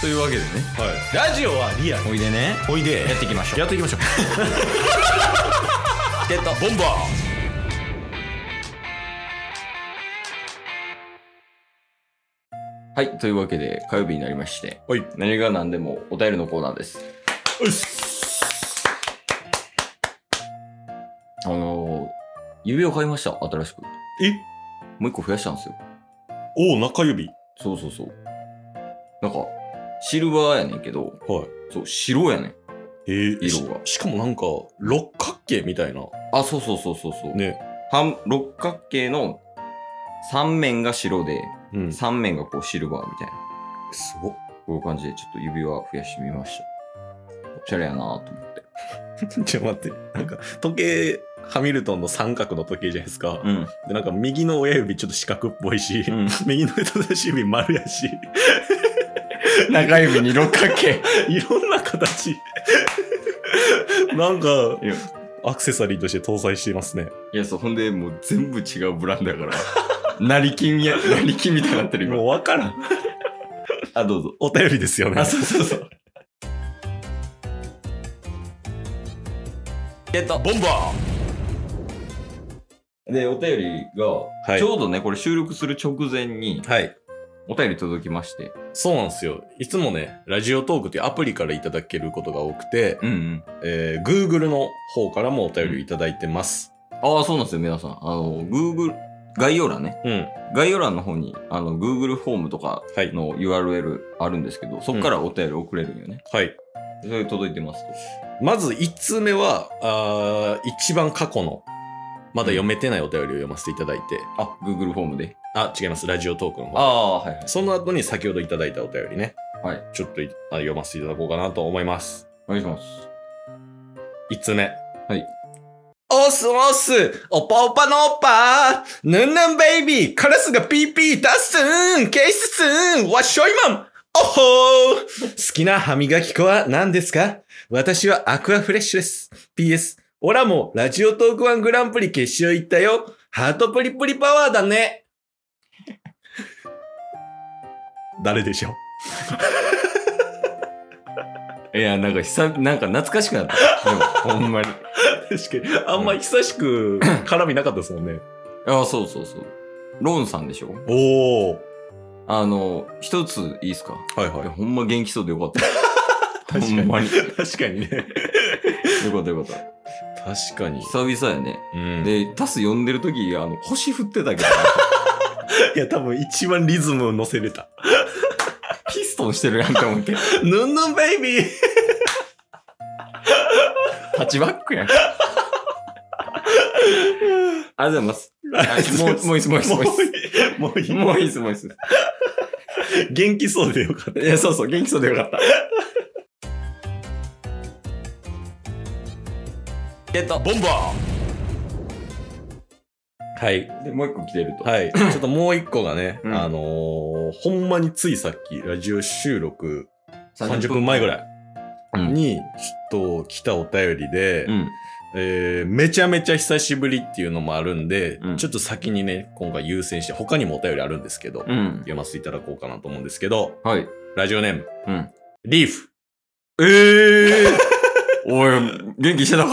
というわけでねラジオはリアルおいでねおいでやっていきましょうやっていきましょう ゲットボンバーはい。というわけで、火曜日になりまして、おい何が何でもお便りのコーナーです。うっすあのー、指を買いました、新しく。もえう一個増やしたんですよ。おお中指そうそうそう。なんか、シルバーやねんけど、はいそう、白やねん。えー、色がししかもなんか六角形みたいなあ、そうそうそうそうそう。ね半六角形の三面が白で、うんす三面がこうシルバーみたいな。ごっ こういう感じでちょっと指輪増やしてみました。おしゃれやなと思って。ちょっと待ってなんか時計ハミルトンの三角の時計じゃないですか、うん。でなんか右の親指ちょっと四角っぽいし、 うん 右の人差し指丸やし中指に六角形。いろんな形 なんかいやアクセサリーとして搭載していますねいや、そう、ほんでもう全部違うブランド やから。成金や、成金みたいになってるも今。う分からんあ、どうぞ。お便りですよねあ、そうそうそう。えっと、ボンバ で、お便りが、はいちょうどね、これ収録する直前にーはいお便り届きまして。そうなんですよいつもねラジオトークというアプリからいただけることが多くて、うんうん。えー、Google の方からもお便りをいただいてますああ、そうなんですよ、皆さん。あの、Google、概要欄ね。うん、概要欄の方に、あの、Google フォームとかはいの URL あるんですけど、そこからお便り送れるんよね。はいそれ届いてますと。まず1通目はあー一番過去のまだ読めてないお便りを読ませていただいて、あ、Google フォームで。あ違いますラジオトークの方ああー、はいはい。その後に先ほどいただいたお便りね、はい、ちょっといあ読ませていただこうかなと思いますお願いします。 1通目はい。オスオス、オパオパのオパー、ヌンヌンベイビー、カラスがピーピー出すん、ケースすん、わっしょいまん、おほー好きな歯磨き粉は何ですか私はアクアフレッシュです。PS、オラもラジオトークワングランプリ決勝行ったよ。ハートプリプリパワーだね。誰でしょいや、なんか久々、なんか懐かしくなった。でも、ほんま に。確かに、あんま久しく絡みなかったですもんね。ああ、そうそうそう。ロンさんでしょおー。あの、一ついいっすかはいいや、はほんま元気そうでよかった。 確かにほんまに。よい。確かにね。かったよかった。確かに。久々やね。うんで、タス呼んでる時あの、星振ってた けど、いや、多分一番リズムを乗せれた。ピストンしてるやんか思って。ヌンヌンベイビータッチバックや ん。ありがとうございます。も うもういいっすもういいっすもういいっす。もういい。もういいっす、もういいっす。元気そうでよかった。いや、そうそう、元気そうでよかった。ゲット。ボンバーはい。で、もう一個来てると。はい。 ちょっともう一個がね、うんあのーほんまについさっき、ラジオ収録30分前ぐらういんに、ちょっと来たお便りで、うん。えーめちゃめちゃ久しぶりっていうのもあるんで、うんちょっと先にね、今回優先して、他にもお便りあるんですけど、うん。読ませていただこうかなと思うんですけど、はい。ラジオネーム、うん。リーフ。え えおい、元気してたか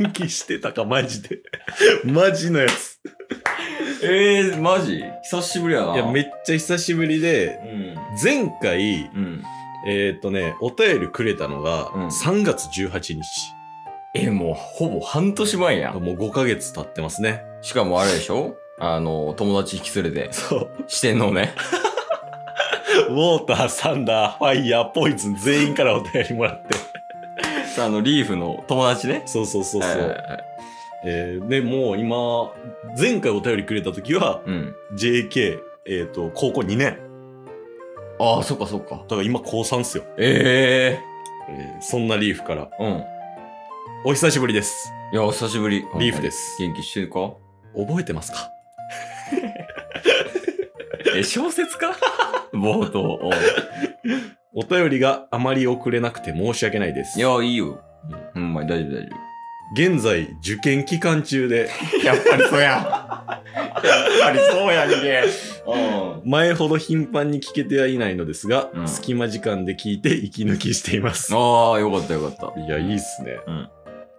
元気してたか、マジで。 マジのやつ。 ええマジ久しぶりやな。いや、めっちゃ久しぶりでう、ん。前回、うん。えーっとね、お便りくれたのが、うん3月18日。え、もう、ほぼ半年前やん。もう5ヶ月経ってますね。しかもあれでしょあの、友達引き連れて、そう。四天王ね。 ウォーター、サンダー、ファイヤー、ポイズン全員からお便りもらって。 あの、リーフの友達ね。そうそうそうそ。はいはいうはいえーで、もう今、前回お便りくれた時は、うん。 JK、えーっと、高校2年。ああ、そっかそっか。だから今高3っすよ。ええーそんなリーフから、えうん。お久しぶりです。いや、お久しぶり。リーフです元気してるか覚えてますかえ、小説か 冒頭。おうお便りがあまり遅れなくて申し訳ないです。いや、いいようほん。んまに大丈夫、大丈現在、受験期間中で、 夫。やっぱりそうや。やっぱりそうや、逃げ。うん。前ほど頻繁に聞けてはいないのですが、うん隙間時間で聞いて息抜きしています。ああ、よかったよかった。いや、いいっすね。うん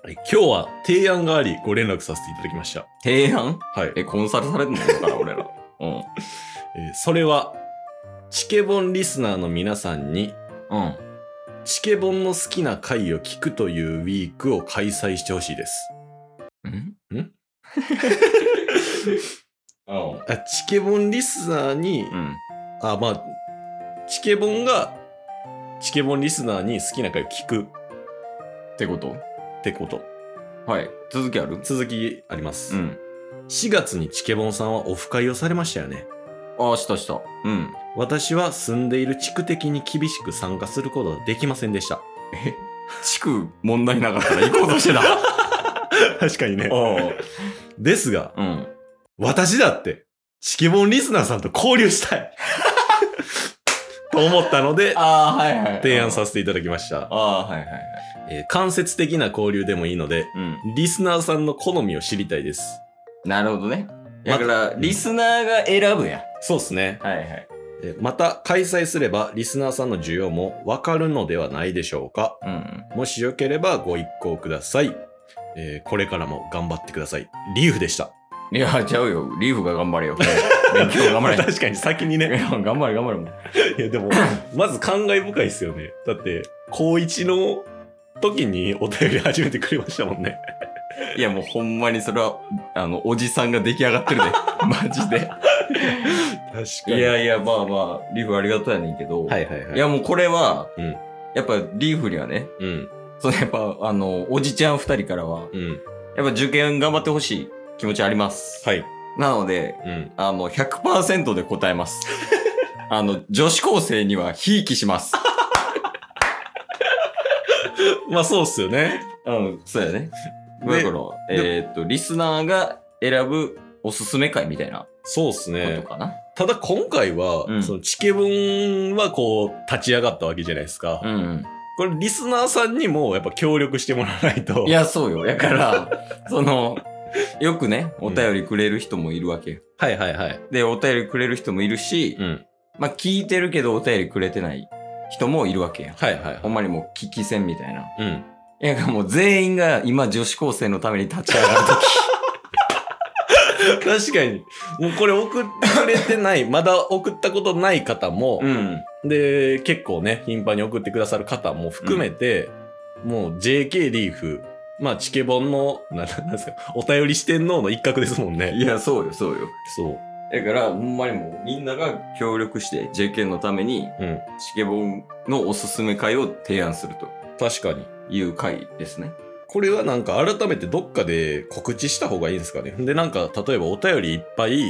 はい今日は提案があり、ご連絡させていただきました。提案はい。ええ、コンサルされてんのだから、俺ら。うん。ーそれは、チケボンリスナーの皆さんに、うん。チケボンの好きな回を聞くというウィークを開催してほしいです。ん んうん。あチケボンリスナーに、うん。あ、まあ、チケボンが、チケボンリスナーに好きな回を聞くってことってこと。はい。続きある続きあります。うん。 4月にチケボンさんはオフ会をされましたよね。ああ、したした。うん。私は住んでいる地区的に厳しく参加することはできませんでした。え、地区問題なかったら行こうと してた。あ確かにねあ。ですが、うん。私だって、チケボンリスナーさんと交流した いと思ったので、ああ、はいはい。提案させていただきましあた。あー、はいはいはい。えー間接的な交流でもいいので、うん。リスナーさんの好みを知りたいです。なるほどね。だかまら、リスナーが選ぶや。そうですね。はいはい。えーまた、開催すれば、リスナーさんの需要もわかるのではないでしょうか。うん。もしよければご一行ください。えーこれからも頑張ってください。リーフでした。いや、ちゃうよ。リーフが頑張れよ。勉強頑張れ。 確かに先にね。いや頑張れ、頑張れもう。いや、でも、まず感慨深いですよね。だって、高一の時にお便り初めてくれましたもんね。いや、もうほんまにそれは、あの、おじさんが出来上がってるで。 マジで。確かいいや、やいや、まあまあ、リーフありがたいねんけど、はいはいはい。いやもうこれは、うんやっぱリーフにはね、うん、そのやっぱあの、おじちゃん二人からは、うん。やっぱ受験頑張ってほしい気持ちあります。はい。なので、うん。あの、100%で答え ます。あの、女子高生にはひいきし ます。まあ、そうっすよね。うん、そうやね。だでから、でえーっと、リスナーが選ぶおすすめ会みたいなこそうっすとね。かな。ただ今回は、うんそのチケボンはこう、立ち上がったわけじゃないですか。うんうん。これ、リスナーさんにもやっぱ協力してもらわないと。いや、そうよ。だ から、その、よくね、お便りくれる人もいるわけよ。はいはいはい。で、お便りくれる人もいるし、うん。まあ聞いてるけどお便りくれてない人もいるわけや。はいはいはほい。んまにもう聞き戦みたいな。いうん。や、だからもう全員が今女子高生のために立ち上がると 確かに。もうこれ送ってくれてない、まだ送ったことない方も、ん。で、結構ね、頻繁に送ってくださる方も含めて、もう JK リーフ、まあ、チケボンの、な、なんですか、お便り四天王の一角ですもんね。いや、そうよ、そうよ。そう。だから、ほんまにもうみんなが協力して JK のためにうん。チケボンのおすすめ会を提案すると確かに。いう会ですね。これはなんか改めてどっかで告知した方がいいんですかね。で、なんか、例えばお便りいっぱい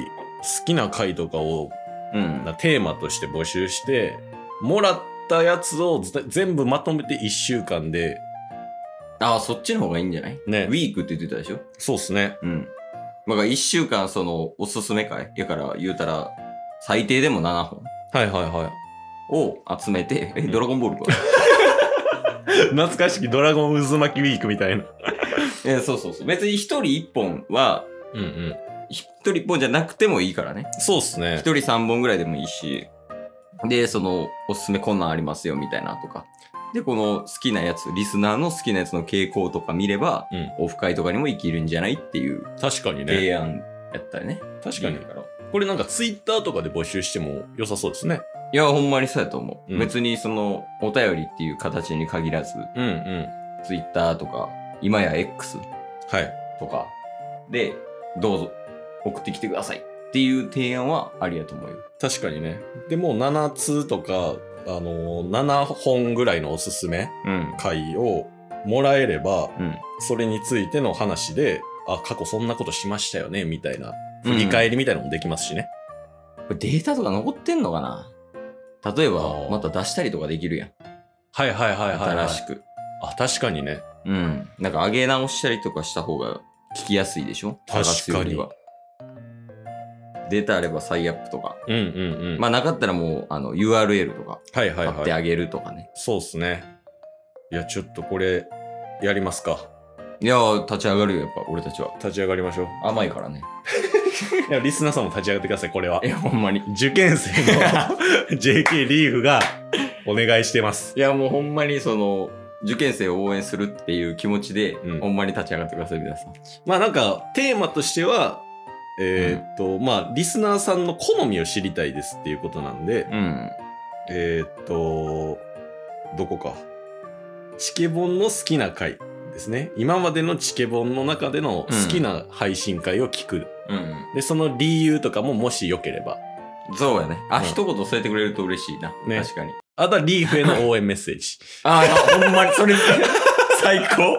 好きな回とかをうん。なテーマとして募集してもらったやつをぜ全部まとめて1週間でああ、そっちの方がいいんじゃないねウィークって言ってたでしょそうっすねうん。まあ、一週間そのおすすめ会やから言うたら、最低でも7本。はいはいはい を集めて、え、うんドラゴンボー ルか。懐かしきドラゴン渦巻きウィークみたいなえ、そうそうそう。別に一人一本は、うんうん一人一本じゃなくてもいいからね。そうっす一ね人三本ぐらいでもいいし。で、その、おすすめこんなんありますよ、みたいなとか。で、この好きなやつ、リスナーの好きなやつの傾向とか見れば、うんオフ会とかにも生きるんじゃないっていう確かにね提案やったよね。確かいにいからこれなんかツイッターとかで募集しても良さそうですねいや、ほんまにそうやと思う。うん別にその、お便りっていう形に限らず、うんうんツイッターとか、今や X はいとかで、どうぞ送ってきてくださいっていう提案はありやと思うよ。確かにねでもう7つとかあのー7本ぐらいのおすすめうん。回をもらえればうん。それについての話であ過去そんなことしましたよねみたいな振り返りみたいなのもできますしね、これデータとか残ってんのかな例えあば、ーまた出したりとかできるやん。はいはいはいはい、は新しい。く。あ、確かにね。うん。なんか上げ直したりとかした方が聞きやすいでしょ確かに探すよりは。データあれば再アップとか。うんうんうん。まあなかったらもう、あの、URL とかはいはい貼ってはい。あげるとかね。そうっすね。いや、ちょっとこれ、やりますか。いやー、立ち上がるよ、やっぱ俺たちは。立ち上がりましょう。甘いからね。いやリスナーさんも立ち上がってください、これはえ、。ほんまに。受験生の JK リーフがお願いしてます。いや、もうほんまにその、受験生を応援するっていう気持ちで、うんほんまに立ち上がってください、皆さん。まあなんか、テーマとしては、えーっと、まあ、リスナーさんの好みを知りたいですっていうことなんで、うん。えーっと、どこか。チケボンの好きな回ですね。今までのチケボンの中での好きな配信会を聞く。うん。で、その理由とかももしよければ。そうやね。あ、うん一言添えてくれると嬉しいな。ね確かに。あとはリーフへの応援メッセージ。あ、ほんまに、それ、 最高。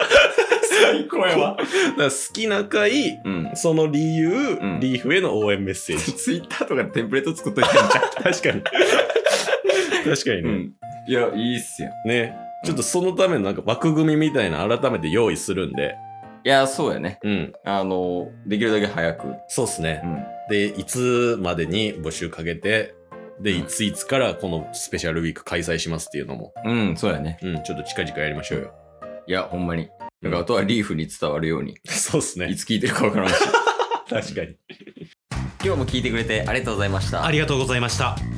最高やわ。 だから好きな回、うん。その理由、んリーフへの応援メッセージ。ツイッターとかでテンプレート作っといてんじゃん。 確かに。確かにうね。ん。いや、いいっすよ。ね。うんちょっとそのためのなんか枠組みみたいな改めて用意するんで。いや、そうやね。うん。あの、できるだけ早く。そうっすねう。ん。で、いつまでに募集かけて、で、うんいついつからこのスペシャルウィーク開催しますっていうのも、うん、そうやね。うん、ちょっと近々やりましょうよ。 いや、ほんまに。だから、あとはリーフに伝わるように、そうっすいね。つ聞いてるかわからんし。確かに。 今日も聞いてくれてありがとうございました。りがとうございました。